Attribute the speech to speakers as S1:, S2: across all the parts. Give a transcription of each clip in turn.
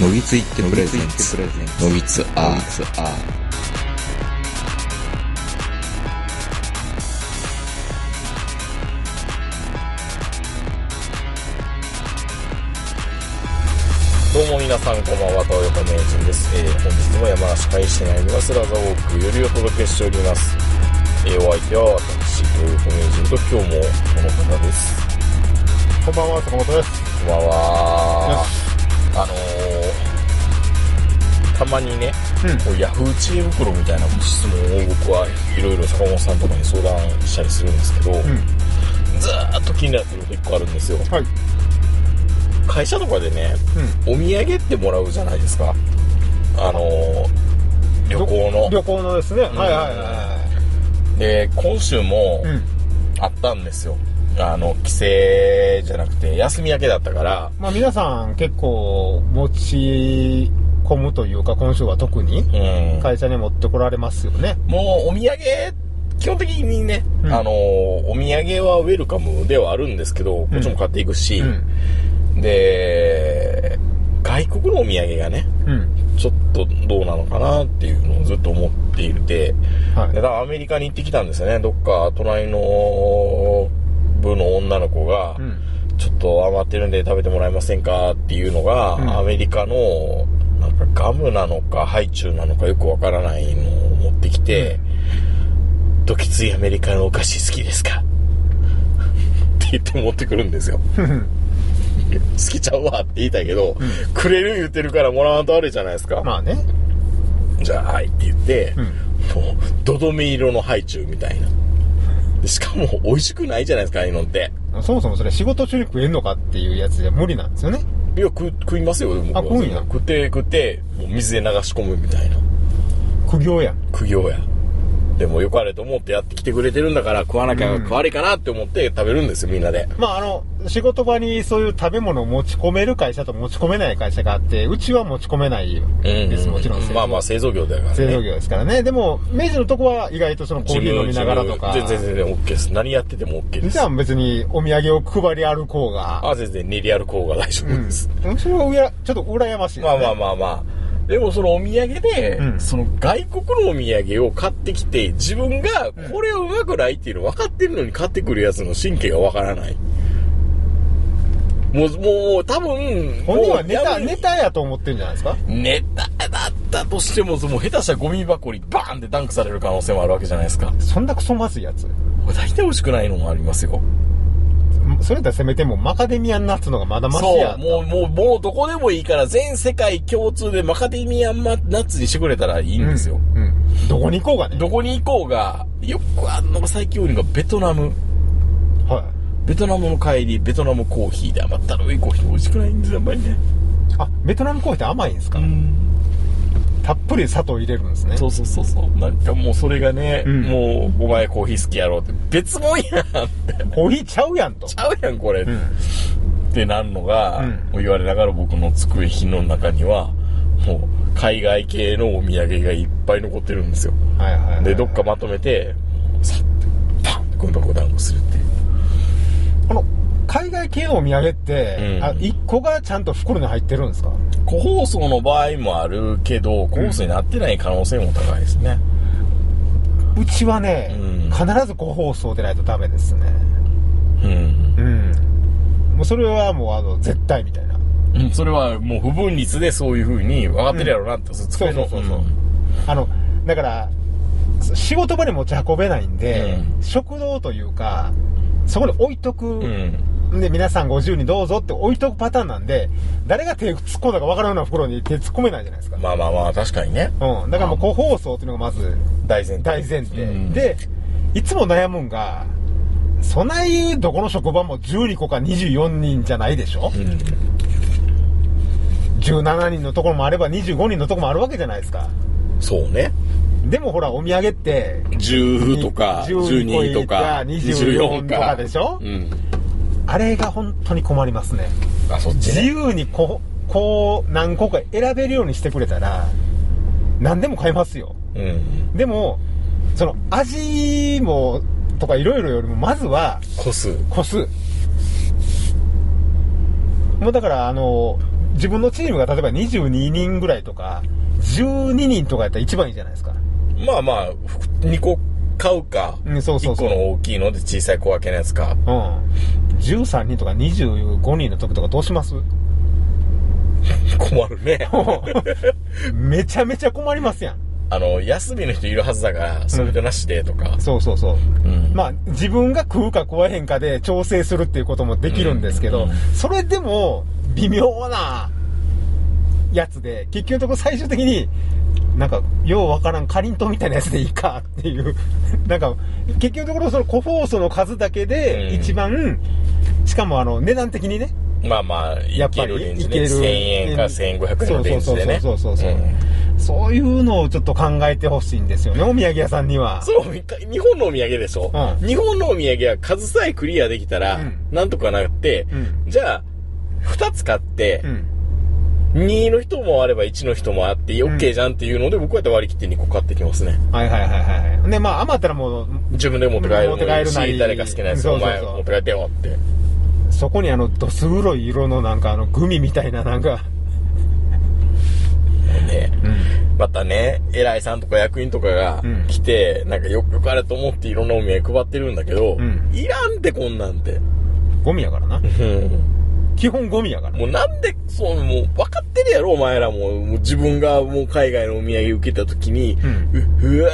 S1: のびついってプレゼンツのびつアー
S2: どうも皆さんこんばんは、東横名人です。えー、本日も山梨会市内にはスラザウォークよりお届けしております。えー、お相手は私、東横名人と今日もこの方です。
S3: こんばんは、坂本です。
S2: こんばんは。あのー、たまにね、
S3: うん
S2: こうヤフー知恵袋みたいな質問を僕はいろいろ坂本さんとかに相談したりするんですけど、
S3: うん。
S2: ずーっと気になってること1個あるんですよ。
S3: はい。
S2: 会社とかでね、お土産ってもらうじゃないですかあのー旅行
S3: うん。
S2: の
S3: 旅行のですね。はいはいは
S2: で今週も
S3: い。うん。
S2: あったんですよあの帰省じゃなくて休み明けだったから
S3: まあ皆さん結構持ち込むというか、今週は特に
S2: うん
S3: 会社に持ってこられますよね。
S2: もうお土産基本的にね、
S3: うん
S2: あのーお土産はウェルカムではあるんですけど、こっちも買っていくし、
S3: うん。
S2: で外国のお土産がね
S3: うん。
S2: ちょっとどうなのかなっていうのをずっと思っていて、
S3: はい。
S2: でだからアメリカに行ってきたんですよねどっか隣の部の女の子が、
S3: うん。
S2: ちょっと余ってるんで食べてもらえませんかっていうのが、
S3: うん
S2: アメリカのなんかガムなのかハイチュウなのかよくわからないのを持ってきて「どきついアメリカのお菓子好きですか? 」 って言って持ってくるんですよ好きちゃうわって言いたいけど、
S3: ん
S2: くれる言ってるからもらわんとあれじゃないですか、
S3: まあね。
S2: じゃあはいって言って、
S3: うん。
S2: もう、どどめ色のハイチュウみたいな。でしかも、美味しくないじゃないですか、ああいうのって。
S3: そもそもそれ仕事中に食えんのかっていうやつじゃ無理なんですよね。
S2: いや、食う食いますよ、でも。
S3: あ食うんや
S2: 食って、食って、もう水で流し込むみたいな。
S3: 苦行やん。
S2: 苦行や。でも、よかれと思ってやってきてくれてるんだから、食わなきゃ、
S3: うん
S2: 食われかなって思って食べるんですよ、みんなで。
S3: まああの、仕事場にそういう食べ物を持ち込める会社と持ち込めない会社があって、うちは持ち込めないです、もちろん。
S2: まあまあ、製造業だからね。
S3: 製造業ですからね。でも、明治のとこは意外とそのコーヒー飲みながらとか。
S2: 自分自分全然全然 OK です。何やってても OK で
S3: じ
S2: す
S3: ゃ。あ別にお土産を配り歩こうが。
S2: あ、全然練り歩こうが大丈夫
S3: うん。
S2: です。
S3: それはうやちょっと羨ましいですね。
S2: まあまあまあまあ。でもそのお土産で、
S3: うん
S2: その外国のお土産を買ってきて、自分がこれはうまくないっていうの分かってるのに買ってくるやつの神経が分からない。もう、もう、多分、
S3: 本人
S2: も
S3: は
S2: う
S3: ネタ、
S2: やめ
S3: ネタやと思ってるんじゃないですか
S2: ネタだったとしても、その下手したらゴミ箱にバーンってダンクされる可能性もあるわけじゃないですか。
S3: そんなクソまずいやつ。
S2: これ大体美味しくないのもありますよ。
S3: それだったらせめてもうマカデミアンナッツの方がまだマシ
S2: そう、
S3: や。
S2: もう、もう、もうどこでもいいから、全世界共通でマカデミアンナッツにしてくれたらいいんですよ。
S3: うん。うん。どこに行こうがね。
S2: どこに行こうが、よくあんのが最近多いのがベトナム。
S3: はい。
S2: ベトナムの帰り、ベトナムコーヒーで甘ったるいコーヒー美味しくないんですよ、あんまりね。
S3: あ、ベトナムコーヒーって甘いんですか、
S2: ん。
S3: たっぷり砂糖入れるんですね。
S2: そうそうそうそう。なんかもうそれがね、
S3: うん
S2: もう、お前コーヒー好きやろって、別もんやんって、
S3: コーヒーちゃうやんと。
S2: ちゃうやんこれ、
S3: うん。
S2: ってなんのが、
S3: うん
S2: もう言われながら僕の机品の中には、もう、海外系のお土産がいっぱい残ってるんですよ。
S3: はいはい、はい。
S2: で、どっかまとめて、さって、パンってゴミ箱団子するっていう。
S3: この、海外系のお土産って、
S2: うん
S3: あ、一個がちゃんと袋に入ってるんですか
S2: 個包装の場合もあるけど個包装になってない可能性も高いですね、
S3: うちはね、
S2: うん
S3: 必ず個包装でないとダメですね。
S2: うん
S3: うん。もうそれはもうあの、絶対みたいな。
S2: うん、それはもう不分率でそういうふうに分かってるやろなって、そう机の
S3: そうそうそうそうあの、だから、そ仕事場に持ち運べないんで、
S2: うん
S3: 食堂というか、そこに置いとく、
S2: うんうん
S3: で、皆さんご自由にどうぞって置いとくパターンなんで、誰が手突っ込んだか分からんような袋に手突っ込めないじゃないですか。
S2: まあまあまあ確かにね
S3: うん。だからもう個包装っていうのがまず
S2: 大前提
S3: 大前提。
S2: うん
S3: で、いつも悩むんが、そないどこの職場も12個か24人じゃないでしょ
S2: うん
S3: 17人のところもあれば25人のところもあるわけじゃないですか
S2: そうね
S3: でもほらお土産って
S2: 10とか
S3: 12
S2: 12とか
S3: 24とかでしょ
S2: うん
S3: あれが本当に困りますね
S2: あそっち
S3: 自
S2: ね
S3: 由にこうこう何個か選べるようにしてくれたら何でも買えますよ
S2: うん
S3: でもその味もとかいろいろよりもまずは
S2: 個数
S3: 個数もうだからあの自分のチームが例えば22人ぐらいとか、12人とかやったら一番いいじゃないですか。
S2: まあまあ、2個買うか、
S3: うんそうそうそう
S2: 1個の大きいので小さい小分けのやつか。
S3: うん。13人とか25人の時とかどうします
S2: 困るね。
S3: めちゃめちゃ困りますやん。
S2: あの、休みの人いるはずだから、それとなしでとか。
S3: そうそうそう。
S2: うん
S3: まあ、自分が食うか食わへんかで調整するっていうこともできるんですけど、
S2: うん
S3: それでも微妙なやつで、結局のところ最終的に、なんか、ようわからんかりんとうみたいなやつでいいかっていう、 なんか、結局のところその個包装の数だけ
S2: うん
S3: で一番、しかもあの、値段的にね、
S2: まあまあ、
S3: や
S2: い
S3: っ
S2: け
S3: ぱり
S2: るレン
S3: い
S2: ジ
S3: け
S2: ね。
S3: る
S2: 1000円か1500円のレンジでね。
S3: そうそうそうそうそうそうんそういうのをちょっと考えてほしいんですよね、お土産屋さんには。
S2: そう、みた日本のお土産でしょ、
S3: うん
S2: 日本のお土産は数さえクリアできたら、
S3: うん
S2: なんとかなって、
S3: うん
S2: じゃあ、2つ買って
S3: う、ん。
S2: 2の人もあれば1の人もあって、
S3: ん
S2: OK じゃんっていうので、僕は割り切って2個買ってきますね。
S3: はいはいはいはい。で、まあ、余ったらもう、
S2: 自分で持って帰るの
S3: 持って帰
S2: もいい
S3: るなり
S2: し、誰か好きなやつ、
S3: そう
S2: お
S3: そう
S2: 前
S3: そう
S2: 持って帰ってよって。
S3: そこにあの、どす黒い色のなんか、あの、グミみたいななんか、
S2: ね、またね、偉いさんとか役員とかが
S3: うん
S2: 来て、なんかよくよかれと思っていろんなお土産配ってるんだけど、
S3: うん
S2: いらんってこんなんて。
S3: ゴミやからな。
S2: うん
S3: 基本ゴミやから。
S2: もうなんで、そう、もう分かってるやろ、お前らも。もう自分がもう海外のお土産受けた時に、ううわ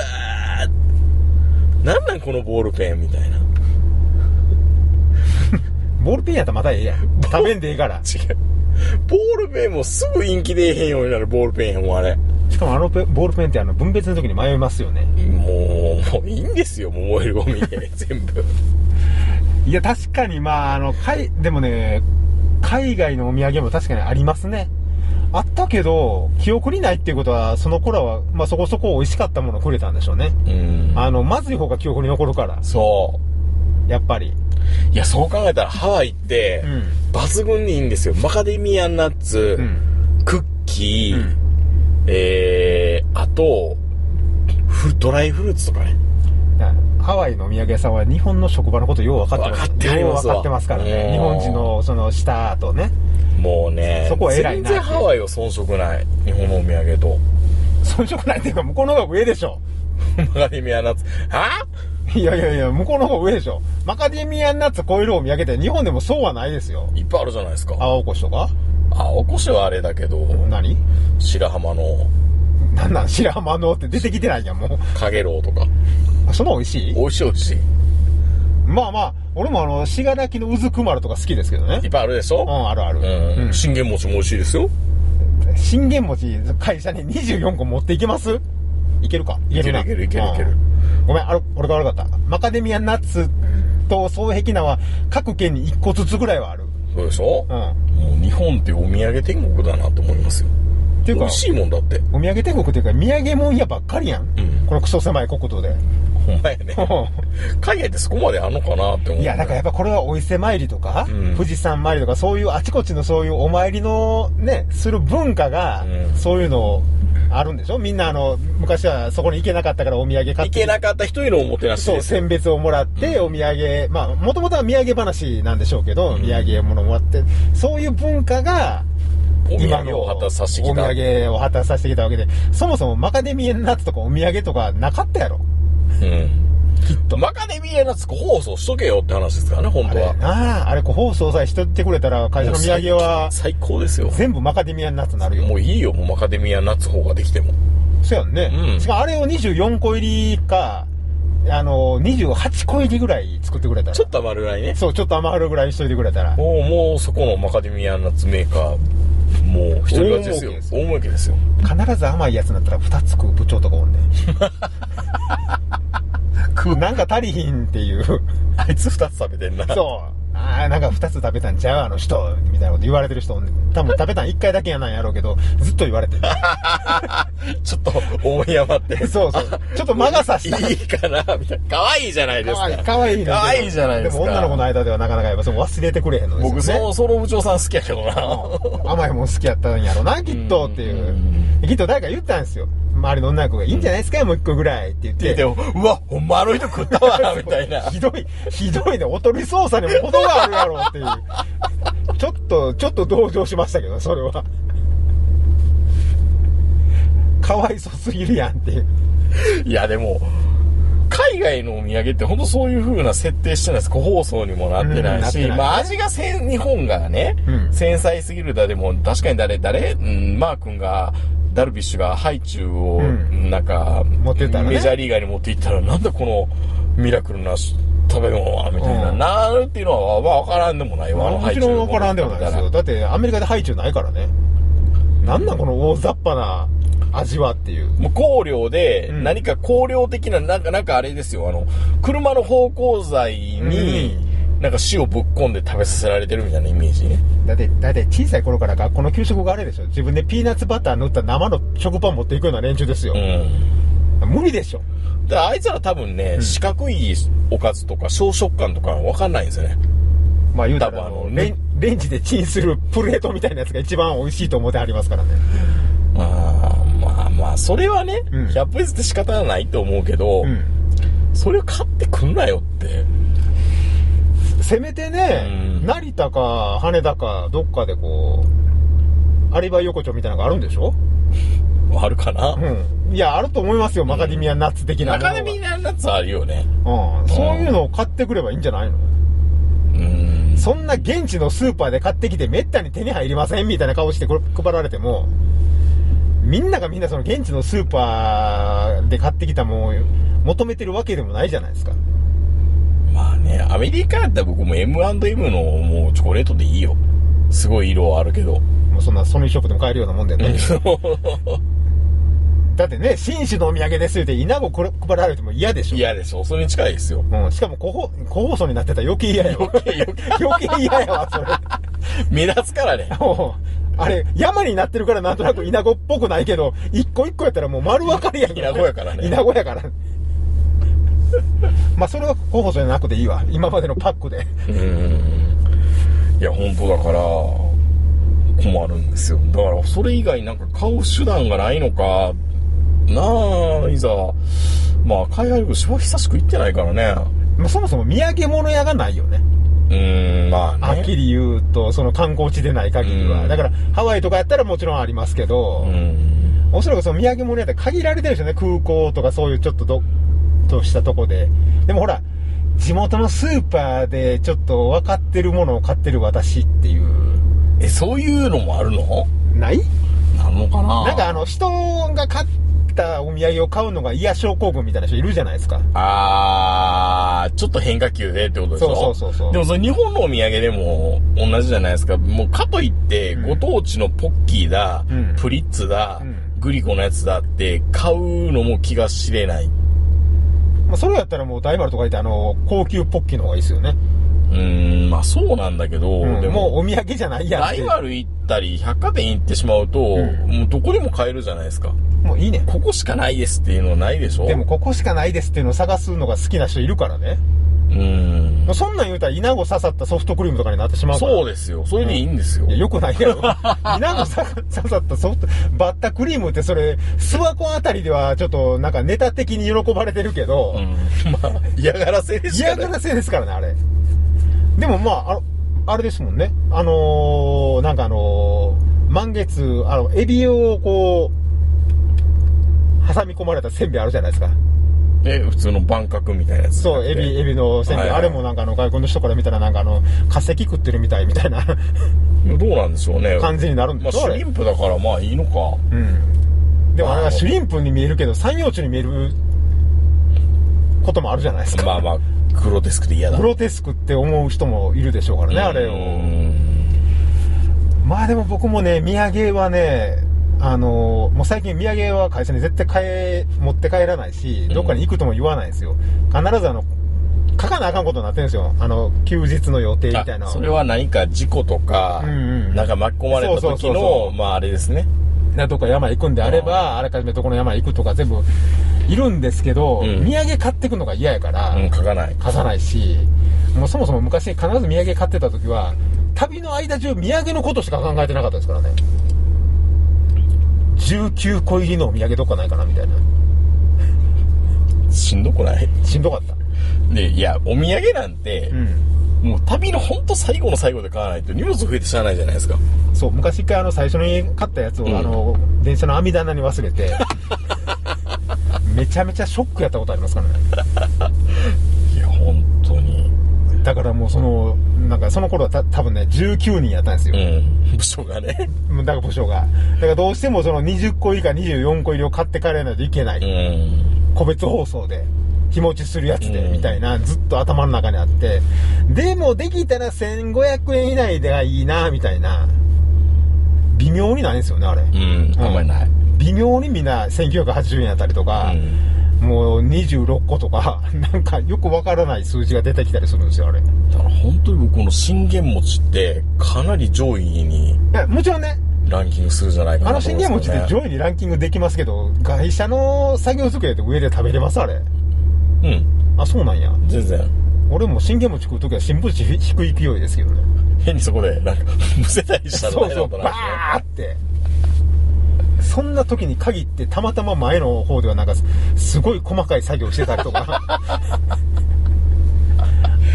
S2: ーなんなんこのボールペンみたいな。違
S3: ボールペンやったらまたええやん。食べんでええから。
S2: う。ボールペンもすぐ陰気出えへんようになるボールペンやもん、あれ。
S3: しかもあのペボールペンってあの、分別の時に迷いますよね。
S2: もう、もういいんですよ、もう燃えるゴミで、全部。
S3: いや、確かにまあ、あの、海、でもね、海外のお土産も確かにありますね。あったけど、記憶にないっていうことは、その頃は、まあそこそこ美味しかったものくれたんでしょうね。
S2: うん。
S3: あの、まずい方が記憶に残るから、
S2: そ
S3: やっぱり。
S2: う。いや、そう考えたらハワイって、
S3: う
S2: 抜群にいいんですよ。マカデミアンナッツ、
S3: うん。
S2: クッキー、
S3: うん
S2: えー、あと、フドライフルーツとかね。
S3: ハワイのお土産屋さんは日本の職場のことよう分かってます
S2: 分かってはり
S3: よう
S2: ます
S3: 分
S2: わ
S3: かってますから
S2: うん
S3: ね日本人のその下とね
S2: もうね、
S3: そこは偉いな
S2: 全然ハワイは遜色ない。日本のお土産と。
S3: 遜色ないっていうか向こうの方が上でしょ
S2: マカデミアナッツ。はい
S3: やいやいや向こうの方が上でしょマカデミアンナッツ超えるお土産って日本でもそうはないですよ
S2: いっぱいあるじゃないですか。
S3: 青こしとか
S2: 青こしはあれだけど、
S3: 何
S2: 白浜の
S3: なんなん白浜のって出てきてないやんもう
S2: かげろうとか。
S3: あその美味しい
S2: 美味しい美味しい。
S3: まあまあ俺もあの信楽のうずくまるとか好きですけどね
S2: いっぱいあるでし
S3: う
S2: ょ
S3: んあるある、
S2: う。
S3: うんん
S2: 信玄餅も美味しいですよ。
S3: 信玄餅会社に24個持っていけますいけるかいない
S2: けるいけるいけるいける
S3: うんごめんあれ俺が悪かったマカデミアナッツと双璧なは各県に1個ずつぐらいはある
S2: そうでしょ
S3: うん
S2: もう日本ってお土産天国だなと思いますよ。
S3: っていう
S2: 美
S3: か
S2: 味しいもんだって。
S3: お土産天国っていうか土産もん屋ばっかりやん、
S2: ん
S3: このクソ狭い国土で
S2: ほんまやね。海外ってそこまであんのかなって思う。
S3: いやだからやっぱこれはお伊勢参りとか、
S2: うん
S3: 富士山参りとかそういうあちこちのそういうお参りのねする文化が、
S2: うん
S3: そういうのあるんでしょみんなあの昔はそこに行けなかったからお土産買
S2: 行
S3: って
S2: けなかった人へのおもてなし
S3: そう、
S2: ですよ。
S3: 選別をもらって、お土産、まあ、もともとは土産話なんでしょうけど、土産物もらって、そういう文化が、
S2: お土
S3: 今
S2: 産
S3: の
S2: を果たさせてき
S3: お
S2: た。
S3: 土産を果たさせてきたわけで、そもそもマカデミアナッツとかお土産とかなかったやろ。
S2: うん。
S3: きっと。
S2: マカデミアナッツ個包装しとけよって話ですからね、本
S3: あ
S2: 当
S3: れ
S2: は。
S3: なあ、あれ、個包装さえしとってくれたら、会社の土産は、
S2: 最高ですよ。
S3: 全部マカデミアナッツになるよ。
S2: もういいよ、もうマカデミアナッツ方ができても。
S3: そうやんね。
S2: うん
S3: しかもあれを24個入りか、あの、28個入りぐらい作ってくれたら
S2: ちょ。っと余るぐらいね。
S3: そう、ちょっと余るぐらいにしといてくれたら。
S2: もう、もうそこのマカデミアナッツメーカー、もう一人勝ちですよ。大儲けですよ。
S3: 必ず甘いやつになったら2つ食う部長とかおんね ん食うなんか足りひんっていう
S2: あいつ二つ食べてんな。
S3: そうああなんか2つ食べたんちゃうあの人みたいなこと言われてる人おんねん多分食べたん1回だけやなんやろうけどずっと言われてる
S2: ちょっと思い余っ て。
S3: そうそうちょっと魔が差した
S2: いいかなみたいな。可愛いじゃないです
S3: かわいい
S2: か。
S3: かわいいねんけど
S2: かわいいじゃないですか
S3: でも女の子の間ではなかなかやっぱそう忘れてくれへんのですよ、ね、
S2: 僕、その、その部長さん好きやけどな。
S3: 甘いもん好きやったんやろな、きっとっていう
S2: う。
S3: きっと誰か言ったんですよ。周りの女の子が、いいんじゃないですか、もう一個ぐらいって言って。
S2: でも、うわ、ほんまあの人食った わ、みたいな。
S3: ひどい、ひどいね、おとり捜査にも程があるやろっていう。ちょっとちょっと同情しましたけどそれはかわいそすぎるやんっていう
S2: いや、でも、海外のお土産って本当そういう風な設定してないです。個包装にもなってないし、
S3: うんなってない
S2: まあ味がせん、日本がね、
S3: うん
S2: 繊細すぎるだでも、確かに誰、誰、うん、マー君が、ダルビッシュがハイチュウを、
S3: うん
S2: なんか、
S3: 持ってったらね
S2: メジャーリーガーに持って行ったら、なんだこのミラクルなし食べ物は、みたいな、
S3: うん
S2: なるっていうのは、まあわからんでもないわ、あの
S3: もちろんわからんではないですよ。だってアメリカでハイチュウないからねなんなんこの大雑把な味はっていう
S2: もう香料で、
S3: うん
S2: 何か香料的な、なんか、なんかあれですよ、あの、車の芳香剤に、なんか塩ぶっ込んで食べさせられてるみたいなイメージね。
S3: だってだって小さい頃から学校の給食があれでしょ自分でピーナッツバター塗った生の食パン持っていくような連中ですよ、
S2: うん。
S3: 無理でしょ
S2: だからあいつら多分ね、
S3: ん
S2: 四角いおかずとか、小食感とかわかんないんですよね。
S3: まあ言うたらあ
S2: 多分あ
S3: の
S2: の
S3: レンレンジでチンするプレートみたいなやつが一番美味しいと思ってありますからね
S2: まあ、まあまあ、それはね、
S3: うん
S2: 100歩譲って仕方がないと思うけど、
S3: うん
S2: それを買ってくんなよって。
S3: せめてね、
S2: うん
S3: 成田か羽田かどっかでこうアリバイ横丁みたいなのがあるんでしょ
S2: あるかな、
S3: うんいやあると思いますよマカデミアナッツ的なもの
S2: 中
S3: が
S2: でみんなやつあるよね。
S3: うん、そういうのを買ってくればいいんじゃないの
S2: うん。
S3: そんな現地のスーパーで買ってきてめったに手に入りませんみたいな顔してこれ配られても、みんながみんなその現地のスーパーで買ってきたものを求めてるわけでもないじゃないですか。
S2: まあね、アメリカだったら僕も M&M のもうチョコレートでいいよ。すごい色はあるけど。
S3: もうそんなソニーショップでも買えるようなもんでね。だってね、紳士のお土産ですって稲子これ配られても嫌でしょ。
S2: 嫌でしょそれに近いですよ。
S3: うん、しかも個包、個包装になってたら余計嫌やわ。余計嫌やわ、それ。
S2: 目立つから ね。
S3: もうあれ、山になってるからなんとなく稲子っぽくないけど、一個一個やったらもう丸分かりやん
S2: 稲子やからね
S3: 稲子やから。 まあ、それは候補じゃなくていいわ。今までのパックで。
S2: うん。いや、本当だから、困るんですよ。だから、それ以外なんか買う手段がないのか、なあ、いざ、まあ、海外旅行、しば久しく行ってないからね。
S3: まあ、そもそも土産物屋がないよね。
S2: うん、まあね。
S3: はっきり言うと、その観光地でない限り
S2: う
S3: は。
S2: ん
S3: だから、ハワイとかやったらもちろんありますけど、
S2: うん。
S3: おそらくその土産物屋って限られてるでしょうね。空港とかそういうちょっとど、としたとこで。でもほら、地元のスーパーでちょっと分かってるものを買ってる私っていう。
S2: え、そういうのもあるの
S3: ない
S2: なんのかな
S3: なんかあの人が買ったお土産を買うのが嫌症候群みたいな人いるじゃないですか。
S2: あー、ちょっと変化球でってことでしょ
S3: そうそうそうそう
S2: でもそれ日本のお土産でも同じじゃないですか。もうかといって、
S3: うん
S2: ご当地のポッキーだ、
S3: うん
S2: プリッツだ、
S3: うん
S2: グリコのやつだって買うのも気が知れない。
S3: まあ、それやったらもう大丸とか言ってあの、高級ポッキーの方がいいですよね。
S2: うーん、まあそうなんだけど、
S3: うん
S2: で
S3: もう
S2: も、
S3: お土産じゃないやんっ
S2: ラ
S3: て
S2: イバル行ったり、百貨店行ってしまうと、
S3: ん
S2: もうどこでも買えるじゃないですか。
S3: もういいね。
S2: ここしかないですっていうのはないでしょ
S3: でも、ここしかないですっていうのを探すのが好きな人いるからね。
S2: うー
S3: も
S2: ん
S3: う。そんなん言うたら稲子刺さったソフトクリームとかになってしまうから。
S2: そうですよ。それでいいんですよ。
S3: いや、よくないや ろ。稲子さ刺さったソフト、バッタクリームってそれ、諏訪湖あたりではちょっとなんかネタ的に喜ばれてるけど、
S2: うん、まあ、嫌がらせでしかな
S3: 嫌
S2: い
S3: がらせですからね、あれ。でもまあ、あのあれですもんね。あのーなんかあのー満月、あの、エビをこう、挟み込まれたせんべいあるじゃないですか。
S2: え、普通の万角みたいなやつ。
S3: そう、エビ、エビのせんべ
S2: は
S3: い。
S2: いはい
S3: あれもなんかあの、外国の人から見たらなんかあの、化石食ってるみたいみたいな
S2: どうなんでしょうね。
S3: 感じになるん
S2: ま
S3: で
S2: あ、
S3: しょ、
S2: シ
S3: あ
S2: ュリ
S3: れ。
S2: ンプだからまあいいのか。
S3: うん。でもあれはシュリンプに見えるけど、山陽虫に見えることもあるじゃないですか。
S2: まあまあ、グロテスクで嫌だ。
S3: グロテスクって思う人もいるでしょうからね、あれを。まあでも僕もね、土産はね、あのーもう最近土産は会社に絶対買え、持って帰らないし、
S2: ん
S3: どっかに行くとも言わないんですよ。必ずあの、書かなあかんことになってるんですよ。あの、休日の予定みたいな。
S2: あそれは何か事故とか、
S3: うんうん
S2: なんか巻き込まれた
S3: そうそうそ
S2: 時
S3: うそ
S2: の、
S3: う
S2: まああれですね。
S3: などっか山行くんであれば、あらかじめどこの山行くとか全部いるんですけど、
S2: うん
S3: 土産買ってくのが嫌やから、
S2: うん、書かない。
S3: 貸さないし、もうそもそも昔必ず土産買ってた時は、旅の間中土産のことしか考えてなかったですからね。19個入りのお土産どっかないかなみたいな。
S2: しんどくない
S3: しんどかった。
S2: で、いや、お土産なんて、
S3: うん。
S2: もう旅のほんと最後の最後で買わないと荷物増えてしゃあないじゃないですか。
S3: そう昔一回あの最初に買ったやつを、
S2: うん
S3: あの電車の網棚に忘れ てめちゃめちゃショックやったことありますからね
S2: いや、ほんとに。
S3: だからもうそのなんかその頃はた多分ね19人やったんですよ、
S2: うん。部 署がね。
S3: もうだから部署がだからどうしてもその20個以下24個入りを買って帰らないといけない、
S2: うん。
S3: 個別包装で日持ちするやつで
S2: うん
S3: みたいな、ずっと頭の中にあってでもできたら1500円以内ではいいなみたいな微妙にないんですよねあれ、
S2: うん。あんまりない。
S3: 微妙にみんな1980円やったりとか、もう26個とか なんかよくわからない数字が出てきたりするんですよあれい
S2: だから本当に僕この信玄餅ってかなり上位に
S3: やもちろんね
S2: ランキングするんじゃないか
S3: あの
S2: なと思
S3: 信
S2: うんですよ、ね。
S3: 玄餅って上位にランキングできますけど会社の作業机で上で食べれますあれ
S2: うん。
S3: あそうなんや
S2: 全然。
S3: 俺も信玄餅食う時は新聞紙引く勢いですけどね
S2: 変にそこで、なんか、むせたりしたら
S3: そう
S2: 大変な
S3: そ
S2: こ
S3: う
S2: と
S3: バ
S2: な
S3: ーってそんな時に限ってたまたま前の方ではなんかすすごい細かい作業してたりと か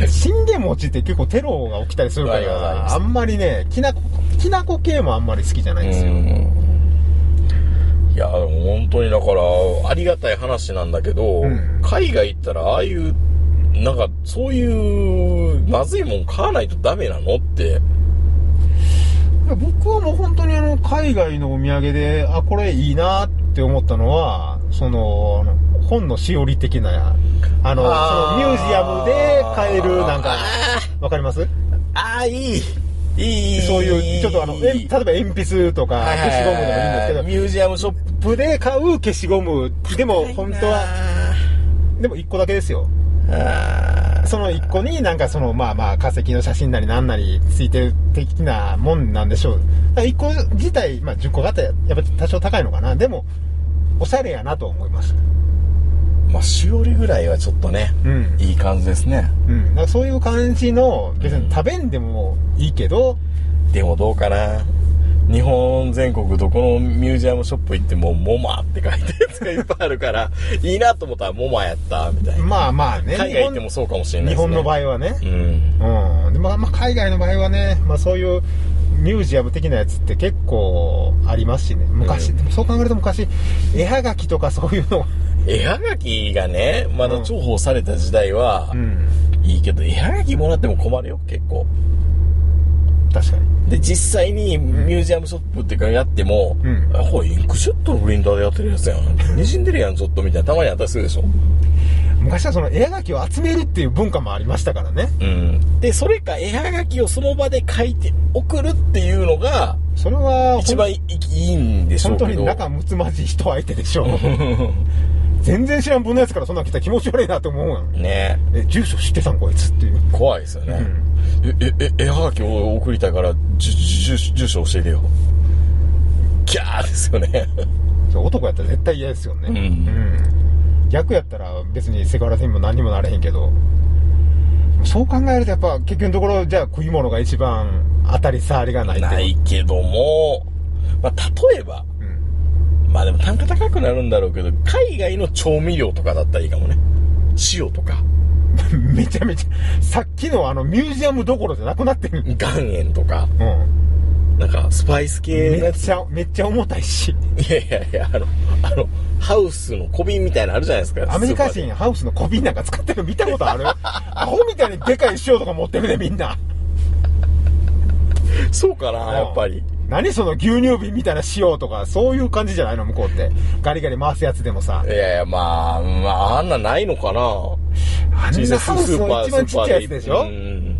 S3: 信玄餅って結構テロが起きたりするか
S2: はいはいはい
S3: らあんまりねきなこきなこ系もあんまり好きじゃないん
S2: んで
S3: で
S2: すすよ
S3: よ、
S2: ね。うん。いや、でも本当にだから、ありがたい話なんだけど、
S3: うん
S2: 海外行ったら、ああいう、なんか、そういう、まずいもん買わないとダメなのって、
S3: 僕はもう本当にあの海外のお土産であこれいいなって思ったのはそのあの本のしおり的なあの
S2: あー
S3: そのミュージアムで買えるなんか
S2: あ
S3: わかります
S2: ああ、いい。いい。
S3: そういう、ちょっとあの、えん例えば鉛筆とか、消しゴムでもいいんですけど、
S2: ミュージアムショップ
S3: 部で買う消しゴム、でも本当は、
S2: は、
S3: でも1個だけですよ。
S2: あ
S3: その1個になんかその、まあまあ化石の写真なりなんなりついてる的なもんなんでしょう。だ1個自体、まあ10個型ややっぱ多少高いのかな。でも、おしゃれやなと思いました。
S2: ーまあ、しおりぐらいはちょっとね、
S3: うん。
S2: いい感じですね。
S3: うん。だからそういう感じの、別に食べんでもいいけど、
S2: でもどうかな。日本全国どこのミュージアムショップ行っても、モマって書いてるやつがいっぱいあるから、いいなと思ったらモマやった、みたいな。
S3: まあまあね。
S2: 海外行ってもそうかもしれない
S3: 日
S2: ですね。
S3: 本の場
S2: 合。
S3: 合はね。
S2: うん。
S3: うんでまあまあ、海外の場合はね、まあ、そういうミュージアム的なやつって結構ありますしね昔、
S2: うん
S3: でもそう考えると昔絵はがきとかそういうの、
S2: 絵はがきがね、まだ重宝された時代は
S3: う、ん、
S2: いいけど、絵はがきもらっても困るよ、結構。
S3: 確かに
S2: で、実際にミュージアムショップっていうかやっても、
S3: うん
S2: あこれインクジェットのプリンターでやってるやつやん。滲んでるやん、ちょっとみたいな。たまにあったりするでしょ。
S3: 昔はその絵はがきを集めるっていう文化もありましたからね
S2: うん。で、それか絵はがきをその場で書いて送るっていうのが、
S3: それはほん
S2: 一番いいいんでしょ
S3: 本
S2: う
S3: 当
S2: けど。
S3: に仲睦まじい人相手で しょう全然知らん分のやつからそんなん来たら気持ち悪いなと思うやん
S2: ね
S3: え住所知ってたんこいつっていう
S2: 怖いですよね。え、え、え、絵はがきを送りたいから、住住住所教えてよ。キャーですよね。
S3: そう男やったら絶対嫌ですよね
S2: うん
S3: うん逆やったら別にセクハラにも何にもなれへんけどそう考えるとやっぱ結局のところじゃあ食い物が一番当たり障りがないってこ と
S2: ないけども、まあ、例えば、
S3: うん
S2: まあでも単価高くなるんだろうけど、海外の調味料とかだったらいいかもね。塩とか、
S3: めちゃめちゃさっきのあのミュージアムどころじゃなくなってる
S2: 岩塩とか、
S3: うん
S2: なんかスパイス系の
S3: め
S2: や
S3: っ
S2: つ。
S3: ちゃめっちゃ重たいし
S2: いやいやいや、あの、あの、ハウスの小瓶みたいなのあるじゃないですか。
S3: アメリカ
S2: スー
S3: 人ハウスの小瓶なんか使ってるの見たこと あるアホみたいにでかい塩とか持ってるねみんな
S2: パーで。そうかな、やっぱり。
S3: 何その牛乳瓶みたいな塩とかそういう感じじゃないの向こうってガリガリ回すやつでもさ
S2: いやいや、まあ、まあ、あんなないのかな。
S3: あんなハウスの一番ちっちゃいやつでしょ
S2: うん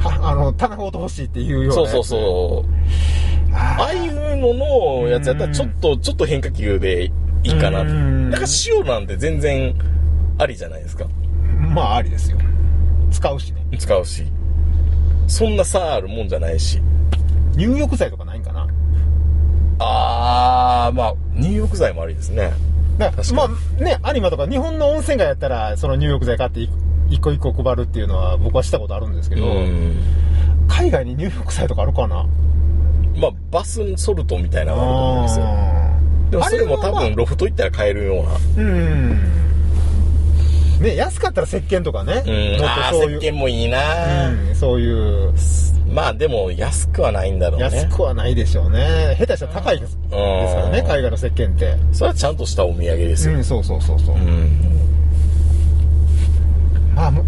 S3: はあの棚ごと欲しいっていうような
S2: そうそうそう。あ
S3: あ
S2: あいうののやつやったら、ちょっと、ちょっと変化球でいいかな。
S3: うん
S2: なんか塩なんて全然ありじゃないですか。
S3: まあありですよ使うしね
S2: 使うしそんな差あるもんじゃないし
S3: 入浴剤とかないんかな
S2: ああまあ入浴剤もありですね
S3: だから
S2: 確
S3: ま
S2: かに
S3: あね有馬とか日本の温泉街やったらその入浴剤買って一一個一個配るっていうのは僕はしたことあるんですけど、海外に入浴剤とかあるかな
S2: まあバスソルトみたいなのがあると思うんですよ
S3: あー
S2: でもそれも
S3: あれ
S2: 多
S3: はまあ
S2: 分ロフト行ったら買えるような
S3: うんね、安かったら石鹸とかね、
S2: うん、
S3: も
S2: あ
S3: っ
S2: あ
S3: とそう
S2: ー
S3: い
S2: 石
S3: う、
S2: 鹸もいいな、
S3: うん、そういう、
S2: まあでも安くはないんだろうね
S3: 安くはないでしょうね。下手したら高いですですからね、海外の石鹸って。
S2: それはちゃんとしたお土産です
S3: う
S2: よ
S3: ん、そうそうそうそう。
S2: うん、
S3: まあ、む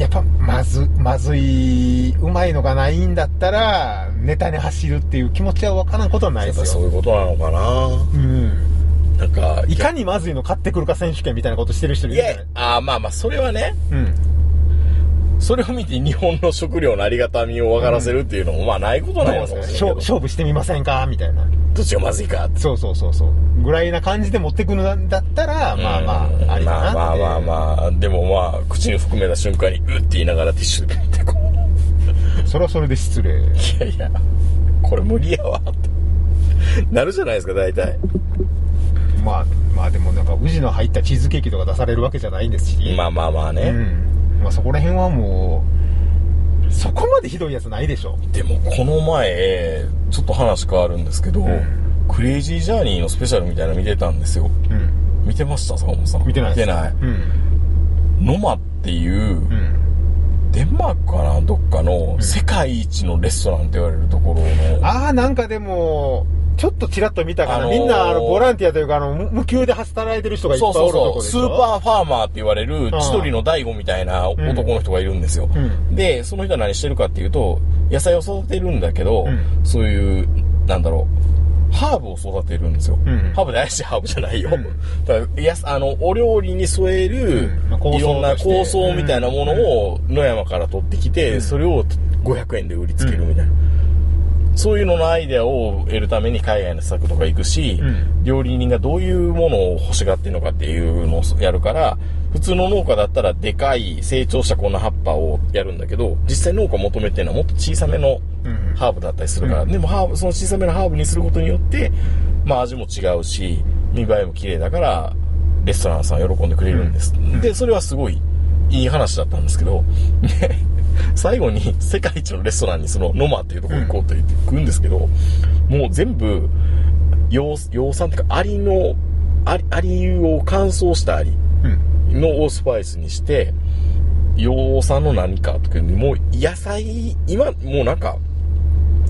S3: やっぱ、まず、まずい、うまいのがないんだったら、ネタに走るっていう気持ちはわからんことはない
S2: や
S3: で
S2: っぱ
S3: す
S2: そう
S3: よ。
S2: いうことなのかな
S3: うん。
S2: なんか
S3: いかにまずいの買ってくるか選手権みたいなことしてる人い
S2: い
S3: るじゃ
S2: や
S3: ない
S2: あーまあまあそれはね
S3: うん。
S2: それを見て日本の食料のありがたみを分からせるっていうのもまあないことないのかもしれな
S3: 勝
S2: いけど
S3: 勝負してみませんかみたいな。
S2: どっちがまずいかって
S3: そうそうそうそう。ぐらいな感じで持ってくるんだったら、まあ
S2: うん
S3: まあ、ありかなっ
S2: まあ
S3: て。
S2: まあ
S3: あ。
S2: まあまあでもまあ口に含めた瞬間にうって言いながらティッシュでペってこう
S3: それはそれで失礼。
S2: いやいやこれ無理やわってなるじゃないですか大体
S3: まあ、まあでもなんか、宇治の入ったチーズケーキとか出されるわけじゃないんですし。
S2: まあまあまあ
S3: う
S2: ね、
S3: ん。まあそこら辺はもう、そこまでひどいやつないでしょ。
S2: でもこの前ちょっと話変わるんですけど、
S3: ん
S2: クレイジージャーニーのスペシャルみたいなの見てたんですよ
S3: うん。
S2: 見てました坂本さん
S3: 見てない
S2: 見
S3: で
S2: て
S3: す。
S2: ない
S3: うん。
S2: ノマっていう、
S3: うん。
S2: デンマークかなどっかの世界一のレストランって言われるところの、
S3: ああ、なんかでも、ちょっとちらっと見たかな。
S2: あのー
S3: みんな、あの、ボランティアというか、あの、無無給で働いてる人がいっぱ
S2: そ
S3: いうお
S2: そう
S3: る
S2: そ
S3: とこ
S2: う、
S3: でし
S2: ス
S3: ょ。
S2: ーパーファーマーって言われる
S3: ん
S2: 千鳥の大悟みたいな男の人がいるんですよ、
S3: うん
S2: でその人は何してるかっていうと野菜を育てるんだけど、
S3: うん
S2: そういうなんだろうハーブを育てるんですよ、
S3: うん
S2: ハーブで怪しいハーブじゃないよ、
S3: うん
S2: だからやすあのお料理に添える
S3: うん、まあ香草
S2: いろんな
S3: として
S2: 香草みたいなものを野山から取ってきて、それを500円で売りつけるみたいな、そういうののアイデアを得るために海外の施策とか行くし、
S3: うん
S2: 料理人がどういうものを欲しがってるのかっていうのをやるから、普通の農家だったらでかい成長したこの葉っぱをやるんだけど、実際農家求めてるのはもっと小さめの
S3: うん
S2: ハーブだったりするから、
S3: うん
S2: でもハーブ、その小さめのハーブにすることによって、まあ味も違うし、見栄えも綺麗だから、レストランさん喜んでくれるんです。
S3: ん
S2: で、それはすごいいい話だったんですけど、で最後に世界一のレストランにそのノマっていうところに行こうと言って行くんですけど、もう全部、養養蚕っていうか、アリの、アリアリを乾燥したアリ
S3: うん。
S2: のをスパイスにして、洋産の何かとか、もう野菜、今、もうなんか、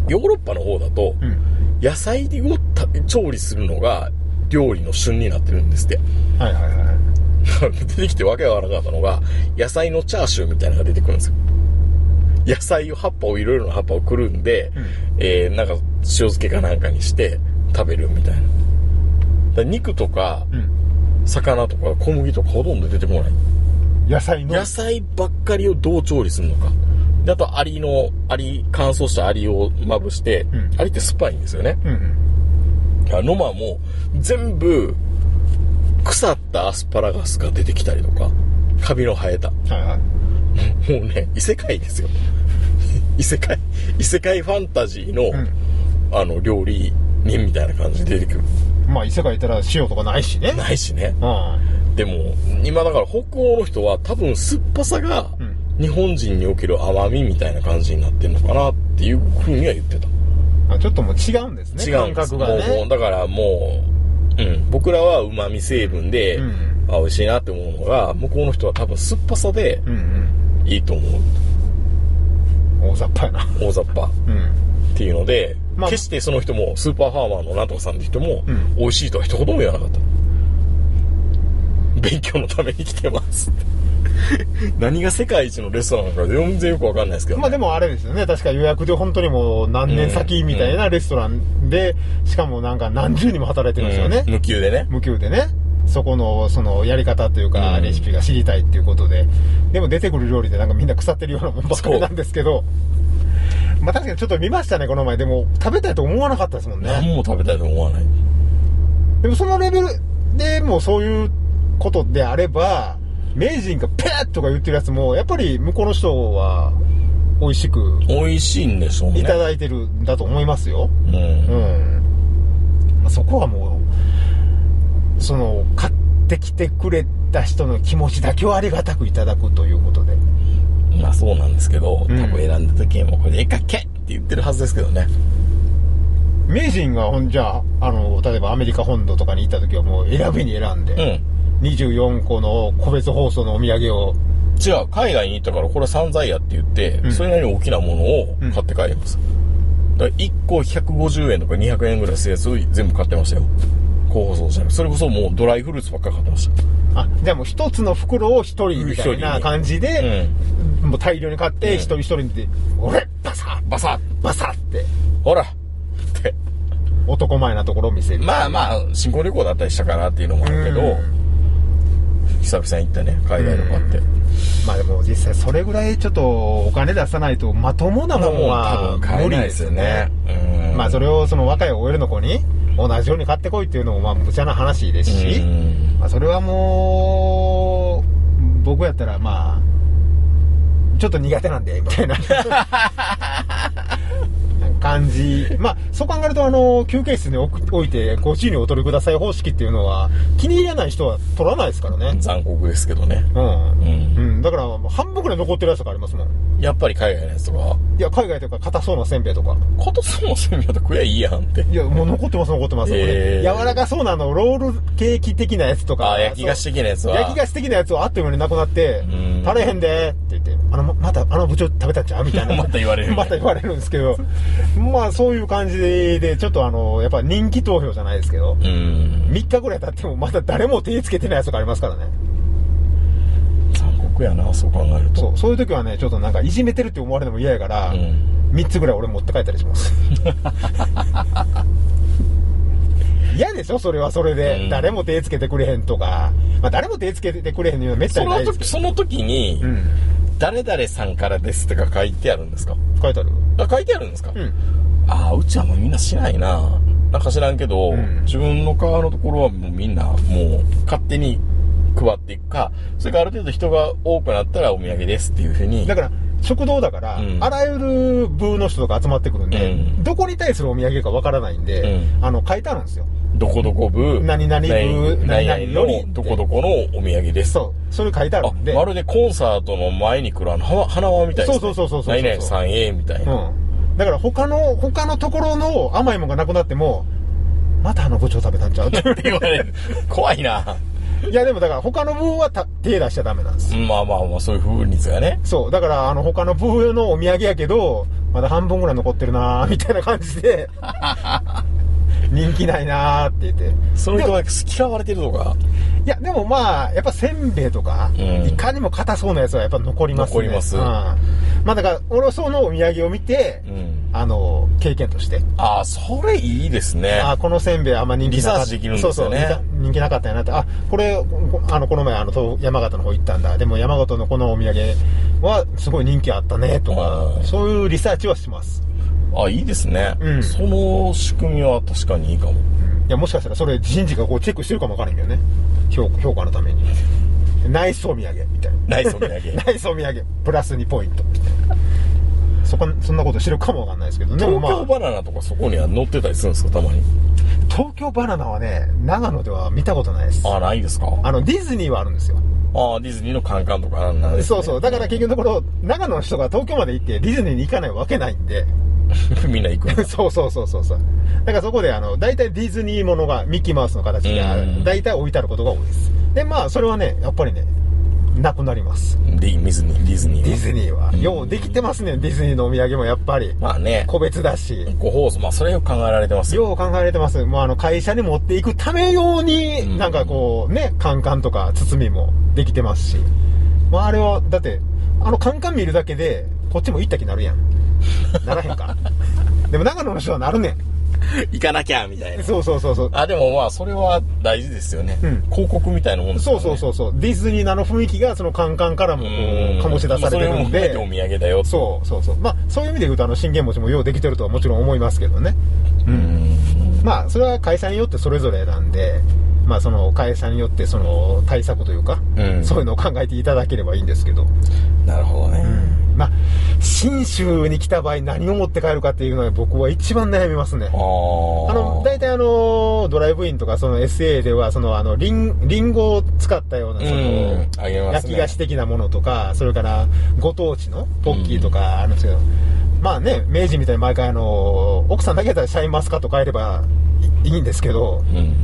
S2: ヨーロッパの方だと、
S3: うん。
S2: 野菜をた調理するのが料理の旬になってるんですって。
S3: はいはいはい。
S2: 出てきてわけがわからなかったのが、野菜のチャーシューみたいなのが出てくるんですよ。野菜を葉っぱをいろいろな葉っぱをくるんで、
S3: うん
S2: えー、なんか塩漬けかなんかにして食べるみたいな。だから肉とか
S3: うん。
S2: 魚とか小麦とかほとんど出てこない。
S3: 野菜の。
S2: 野菜ばっかりをどう調理するのか。で、あとアリの、アリ、乾燥したアリをまぶして、
S3: うん
S2: アリって酸っぱいんですよね。
S3: うんうん。
S2: あノマも全部腐ったアスパラガスが出てきたりとか、カビの生えた。も
S3: はいはいう
S2: ね、異世界ですよ。異世界、異世界ファンタジーの、あの、料理人みたいな感じで出てくる。
S3: まあ異世界いたら塩とかないしね
S2: ないしね。
S3: うん
S2: でも、今だから北欧の人は多分酸っぱさが
S3: うん
S2: 日本人における甘みみたいな感じになってんのかなっていうふうには言ってた。
S3: あちょっともう違うんですね
S2: 違うん
S3: 感
S2: です
S3: 覚が
S2: もうもう
S3: ね
S2: だからもう、うん、僕らは旨味成分で、
S3: うん
S2: あ美味しいなって思うのが向こうの人は多分酸っぱさで
S3: うん
S2: いいと思う
S3: うん大雑把やな
S2: 大雑把っ
S3: うん
S2: ていうので、
S3: まあ
S2: 決してその人もスーパーファーマーのなんとかさんって人も、
S3: うん
S2: 美味しいとは一言も言わなかった勉強のために来てます って何が世界一のレストランなのか全然よくわかんないですけど、
S3: まあでもあれですよね確か予約で本当にもう何年先みたいなレストランでしかもなんか何十人も働いてるんですよね
S2: うん無給でね
S3: 無給でねそこのそのやり方というか
S2: うん
S3: レシピが知りたいっていうことででも出てくる料理でなんかみんな腐ってるようなもんばっかりなんですけどまあ確かにちょっと見ましたねこの前でも食べたいと思わなかったですもんね
S2: 何も食べたいと思わない
S3: でもそのレベルでもうそういうことであれば、名人がペーッとか言ってるやつも、やっぱり向こうの人は美味しく
S2: 美味しいんでしょうね
S3: いただいてるんだと思いますよ。
S2: うん
S3: うん。まあそこはもう、その、買ってきてくれた人の気持ちだけをありがたくいただくということで。
S2: まあそうなんですけど、
S3: うん
S2: 多分選んだ時はもうこれでかけって言ってるはずですけどね。
S3: 名人がほんじゃあ、あの、例えばアメリカ本土とかに行った時はもう選びに選んで、
S2: うん。
S3: 24個の個別包装のお土産を
S2: 違う、海外に行ったからこれ散財やって言って、
S3: うん
S2: それなりに大きなものを買って帰ります。だから1個150円とか200円ぐらいするやつを全部買ってましたよ。候補装ゃなそれこそもうドライフルーツばっかり買ってました。
S3: あじゃあもう一つの袋を一人みたいな感じで、もう大量に買って
S2: うん
S3: 一人一人で「俺バサッ
S2: バサ
S3: バサッ!」って
S2: ッほらって。
S3: 男前なところを見せる
S2: まあまあ、新婚旅行だったりしたかなっていうのもあるけど、
S3: うん
S2: 久々に行ったね、海外旅行って。
S3: まあでも実際それぐらいちょっとお金出さないとまともなもんは無理ですよね。
S2: うん
S3: まあそれをその若い OL の子に同じように買ってこいっていうのもまあ無茶な話ですし、
S2: うん
S3: まあ、それはもう僕やったらまあちょっと苦手なんでみたいな 感じまあそう考えるとあの休憩室に置く置いてご自由にお取りください方式っていうのは気に入らない人は取らないですからね
S2: 残酷ですけどね。
S3: う
S2: う
S3: ん、
S2: ん
S3: うん、だからもう半分ぐらい残ってるやつとかありますもん
S2: やっぱり海外のやつとか、
S3: いや海外とか硬そうなせんべいとか
S2: ことそもせんべいと食えばいいやんって。
S3: いやもう残ってます残ってます、これ
S2: へー
S3: 柔らかそうなあのロールケーキ的なやつとか
S2: あ、焼き菓子的なやつは。
S3: 焼き菓子的なやつはあっという間になくなって
S2: うん
S3: 「足れへんで」って言って「あのままたあの部長食べたんちゃう?」みたい な
S2: また言われる
S3: また言われるんですけどまあそういう感じでちょっとあのやっぱ人気投票じゃないですけど
S2: うん。
S3: 3日ぐらい経ってもまだ誰も手つけてないやつとかありますからね
S2: 残酷やな、そう考えると。
S3: そうそういう時はねちょっとなんかいじめてるって思われるのも嫌やから、
S2: うん。
S3: 3つぐらい俺持って帰ったりします 嫌でしょそれはそれで、
S2: うん
S3: 誰も手つけてくれへんとか、まあ、誰も手つけてくれへんのはめった
S2: そ
S3: にない
S2: の
S3: ですけ
S2: 時、
S3: ど
S2: その時に、
S3: うん
S2: 誰々さんからですとか書いてあるんですか
S3: 書いてある
S2: あ書いてあるんですか、
S3: うん
S2: ああ、うちはもうみんなしないな。なんか知らんけど、
S3: うん
S2: 自分の側のところはもうみんな、もう勝手に配っていくか、それからある程度人が多くなったらお土産ですっていうふうに。
S3: だから食堂だから、
S2: うん
S3: あらゆる部の人が集まってくるんで、
S2: うん
S3: どこに対するお土産かわからないんで、
S2: うん
S3: あの書いてあるんですよ
S2: どこどこ部、
S3: 何々部
S2: 何
S3: 何々
S2: 々
S3: より
S2: の、どこどこのお土産です。
S3: そうそれ書いてあるんで
S2: あ、まるでコンサートの前に来るあの、花花輪みたいな、
S3: そうそうそうそうそう
S2: 何々さんへ、みたいうな。
S3: ん、だから他の他のところの甘いもんがなくなってもまたあのごちそう食べたん ちゃうって
S2: って言われる。怖いな。
S3: いやでもだから他の部はた手出しちゃダメなんですよ
S2: まあまあまあ、そういう風率がね。
S3: そうだからあの他の部のお土産やけどまだ半分ぐらい残ってるなーみたいな感じ で人気ないなーって言って
S2: そういう人が嫌われてるとか、
S3: いや、でもまあ、やっぱせんべいとか、
S2: うん
S3: いかにも硬そうなやつはやっぱ残りますね。
S2: 残ります
S3: うん、まあだから、俺はそのお土産を見て、
S2: うん
S3: あの、経験として、
S2: ああ、それいいですね。
S3: あこのせんべいあんま人気なかっ
S2: リ
S3: た。
S2: サーチできるんですよね
S3: そうそう、人気なかったやなって、あ、これ、こあの、この前、あの、東山形の方行ったんだ。でも山形のこのお土産はすごい人気あったね、とか
S2: う、ん
S3: そういうリサーチはします。
S2: あ、いいですね、
S3: うん
S2: その仕組みは確かにいいかも。
S3: いや、もしかしたらそれ人事がこうチェックしてるかもわからんけどね。評評価のために。ナイスお土産、みたいな。
S2: ナイスお土 産。
S3: ナイスお土産プラス2ポイントみたいなそこそんなことしてるかもわかんないですけどでも
S2: 東
S3: まあ
S2: 京バナナとかそこには載ってたりするんですか、たまに。
S3: 東京バナナはね長野では見たことないです
S2: あ、ないですかあ
S3: あのディズニーはあるんですよ
S2: あ、ディズニーのカンカンとかあんなんです、ね。
S3: そうそうだから結局のところ長野の人が東京まで行ってディズニーに行かないわけない んで
S2: みんな行 くんだ。
S3: そうそうそうそうそうだからそこであの大体ディズニーものがミッキーマウスの形であ
S2: うん
S3: 大体置いてあることが多いですでまあそれはねやっぱりねなくなります
S2: ディディズニー、ディズニーは。
S3: ディズニーはようできてますねディズニーのお土産もやっぱり
S2: まあね、
S3: 個別だし
S2: ご放送、まあそれを考えられてますよ。
S3: よう考えられてます。もうあの会社に持っていくため用に、
S2: うん
S3: なんかこうね、カンカンとか包みもできてますし。まああれは、だって、あのカンカン見るだけで、こっちも行った気なるやん。ならへん か。でも長野の人はなるね
S2: 行かなきゃみたい
S3: ん。
S2: な。
S3: そうそうそうそう。
S2: あ、でもまあそれは大事ですよね。
S3: うん
S2: 広告みたいなもんですから
S3: そう
S2: ね。
S3: そうそうそう。ディズニーなの雰囲気がそのカンカンからもこう
S2: うん
S3: 醸し出されてるん
S2: まあそれ
S3: で
S2: も含。めてお土産だよ。
S3: そうそうそう。まあそういう意味で言うと、あの信玄餅もようできてるとはもちろん思いますけどね。
S2: うん。
S3: まあそれは会社によってそれぞれなんで、まあ、その会社によってその対策というか、
S2: うん
S3: そういうのを考えていただければいいんですけど、
S2: なるほどね。
S3: まあ信州に来た場合何を持って帰るかっていうのは僕は一番悩みますね
S2: ああ。
S3: あの大体あのドライブインとかその SA ではそのあのリンリンゴを使ったようなその、
S2: うんあげます
S3: 焼
S2: ね
S3: き菓子的なものとかそれからご当地のポッキーとかあるんですけど、まあね明治みたいに毎回あの奥さんだけだったらシャインマスカット買えればいいいんですけど
S2: うん。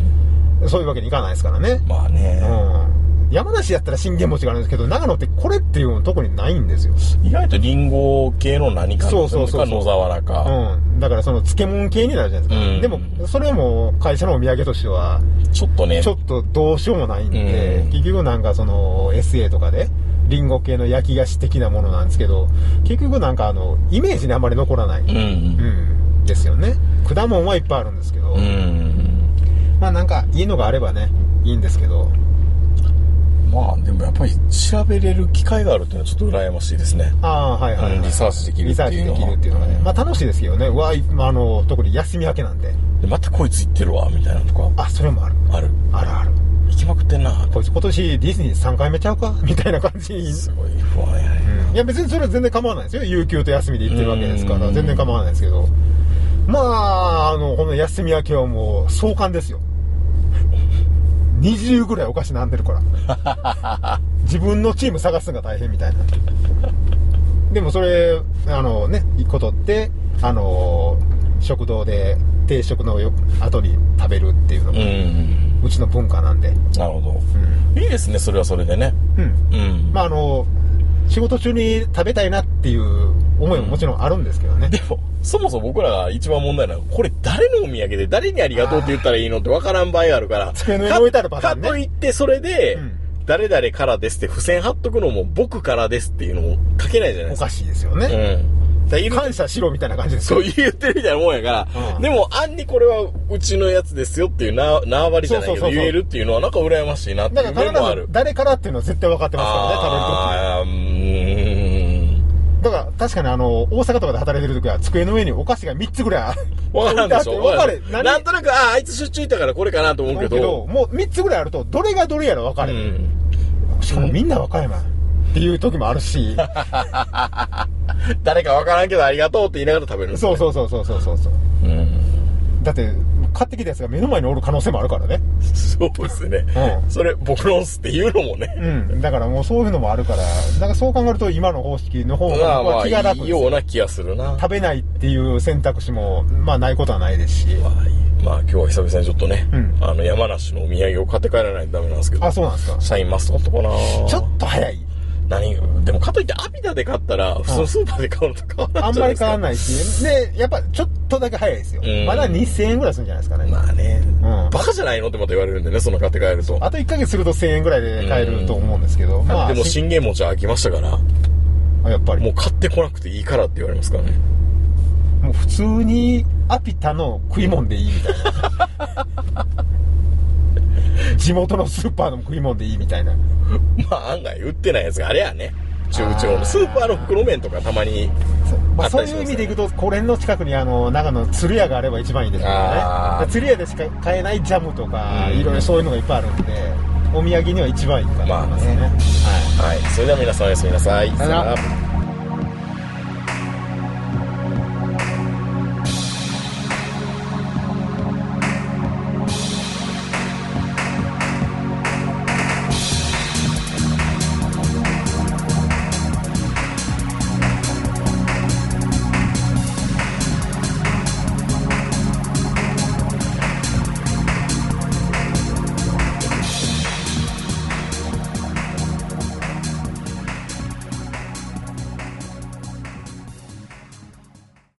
S3: そういうわけにいかないですからね。
S2: まあね、
S3: うん。山梨だったら信玄餅があるんですけど、長野ってこれっていうの特にないんですよ。
S2: 意外とリンゴ系の何かなんですよね
S3: そうそうそうそう
S2: 野沢菜か、
S3: うん。だからその漬物系になるじゃないですか。
S2: うん
S3: でも、それはもう会社のお土産としては、
S2: ちょっとね
S3: ちょっとどうしようもないんで、
S2: うん
S3: 結局なんかその SA とかで、リンゴ系の焼き菓子的なものなんですけど、結局なんかあの、イメージにあんまり残らない。
S2: うん
S3: うん。ですよね。果物はいっぱいあるんですけど、
S2: うん、うん
S3: まあなんかいいのがあればね、いいんですけど、
S2: まあでもやっぱり調べれる機会があるっていうのはちょっと羨ましいですね
S3: ああ、はいはい、はい
S2: うんリサーチできる
S3: リ
S2: っ
S3: サー
S2: てい
S3: チ
S2: う
S3: で
S2: のは
S3: きるっていうのがね。まあ楽しいですけどね。うわ、いあの、特に休み明けなんで。
S2: でまたこいつ行ってるわみたいなとか
S3: あ、それもある。
S2: ある
S3: あるある。
S2: 行きまくってんな
S3: こいつ今年ディズニー3回目ちゃうかみたいな感じ。
S2: すごい不安やね、
S3: いや別にそれは全然構わないですよ。有給と休みで行ってるわけですか
S2: う
S3: ら、
S2: ん
S3: 全然構わないですけど。まあ、あの、この休み明けはもう、壮 観ですよ。20ぐらいお菓子並んでるから。 自分のチーム探すのが大変みたいな。でもそれ、あのね、一個取って、あの、食堂で定食のよ後に食べるっていうのも、
S2: うん
S3: うちの文化なんで。
S2: なるほど、いいですねそれはそれでね
S3: うん。
S2: うん
S3: まああの仕事中に食べたいなっていう思いももちろんあるんですけどね、
S2: でもそもそも僕らが一番問題なのはこれ誰のお土産で誰にありがとうって言ったらいいのって分からん場合があるから
S3: 机の上に置いてあるパターンね
S2: かといってそれで、
S3: うん
S2: 誰々からですって付箋貼っとくのも僕からですっていうのも書けないじゃない
S3: お
S2: ですか
S3: かしいですよ
S2: う
S3: ね、
S2: んだからいる
S3: 感謝しろみたいな感じです
S2: そ
S3: よ
S2: う言ってるみたいなもんやから、
S3: うん
S2: でも、案にこれはうちのやつですよっていうな、縄張りじゃないけ
S3: そ
S2: ど
S3: うそうそうそう
S2: 言えるっていうのはなんか羨ましいなって
S3: だ
S2: いう
S3: か
S2: 面
S3: ら
S2: もあ
S3: 必ず
S2: る。
S3: 誰からっていうのは絶対分かってますからね
S2: ああ、うーん。
S3: 食べる時だから確かにあの大阪とかで働いてる時は机の上にお菓子が3つぐらいある
S2: わからんでしょ
S3: 分か
S2: わ
S3: る
S2: からん
S3: 何
S2: なんとなく、ああ、あいつ出張行ったからこれかなと思う
S3: 思
S2: け
S3: うけど
S2: ど。
S3: もう3つぐらいあるとどれがどれやら分か
S2: う
S3: れる、
S2: ん。
S3: しかもみんな和歌山っていう時もあ るし
S2: 誰かわからんけどありがとうって言いながら食べるんです
S3: そ
S2: ね
S3: うそうそうそうそうそうそう
S2: うん。
S3: だって買ってきたやつが目の前におる可能性もあるからね
S2: そうですね。
S3: うん
S2: それ、僕のんすっていうのもね。
S3: うん、だからもうそういうのもあるから、なんかそう考えると今の方式の方
S2: ま
S3: が
S2: あ
S3: 僕は気が
S2: まあ、い
S3: 楽
S2: い
S3: です
S2: ような気がするな。
S3: 食べないっていう選択肢も、まあないことはないですし。
S2: まあいい、まあ今日は久々にちょっとね、
S3: うん
S2: あの、山梨のお土産を買って帰らないとダメなんですけど。
S3: あ、そうなんですか。
S2: シャインマスカットかな
S3: ちょっと早い。
S2: 何でもかといってアビダで買ったら普通のスーパーで買うのと変わら
S3: あ
S2: ない
S3: ん
S2: じゃ
S3: ま
S2: な
S3: り
S2: いですか
S3: 変わんないし。で、やっぱちょっとだけ早いですよ
S2: うん。
S3: まだ2000円ぐらいするんじゃないですかね。
S2: まあね、
S3: ん
S2: バカじゃないのってまた言われるんでねその買って帰ると
S3: あと1ヶ月すると1000円ぐらいで買えると思うんですけど、まあ、
S2: でも
S3: し
S2: 信玄餅は飽きましたからも
S3: あやっぱり。
S2: う買ってこなくていいからって言われますからね
S3: もう普通にアピタの食い物でいいみたい な地元のスーパーの食い物でいいみたいな
S2: まあ案外売ってないやつがあれやね中長のスーパーの袋麺とかたまに
S3: そう,、まあ、
S2: あった
S3: そう
S2: りしますよね
S3: いう意味でいくとこれの近くにあの長野の鶴屋があれば一番いいんですけどね
S2: あー
S3: 鶴屋でしか買えないジャムとか
S2: うん
S3: いろいろそういうのがいっぱいあるんでお土産には一番いいかなと思いますね、
S2: まあ
S3: はい
S2: はいそれでは皆さんおやすみなさい
S3: さよなら